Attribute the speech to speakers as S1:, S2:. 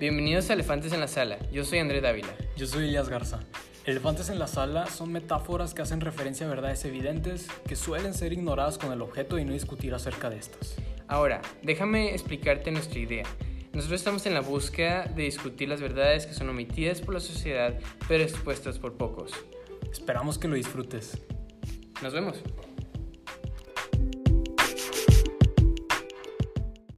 S1: Bienvenidos a Elefantes en la Sala. Yo soy André Dávila.
S2: Yo soy Elías Garza. Elefantes en la sala son metáforas que hacen referencia a verdades evidentes que suelen ser ignoradas con el objeto de no discutir acerca de estas.
S1: Ahora, déjame explicarte nuestra idea. Nosotros estamos en la búsqueda de discutir las verdades que son omitidas por la sociedad, pero expuestas por pocos.
S2: Esperamos que lo disfrutes.
S1: Nos vemos.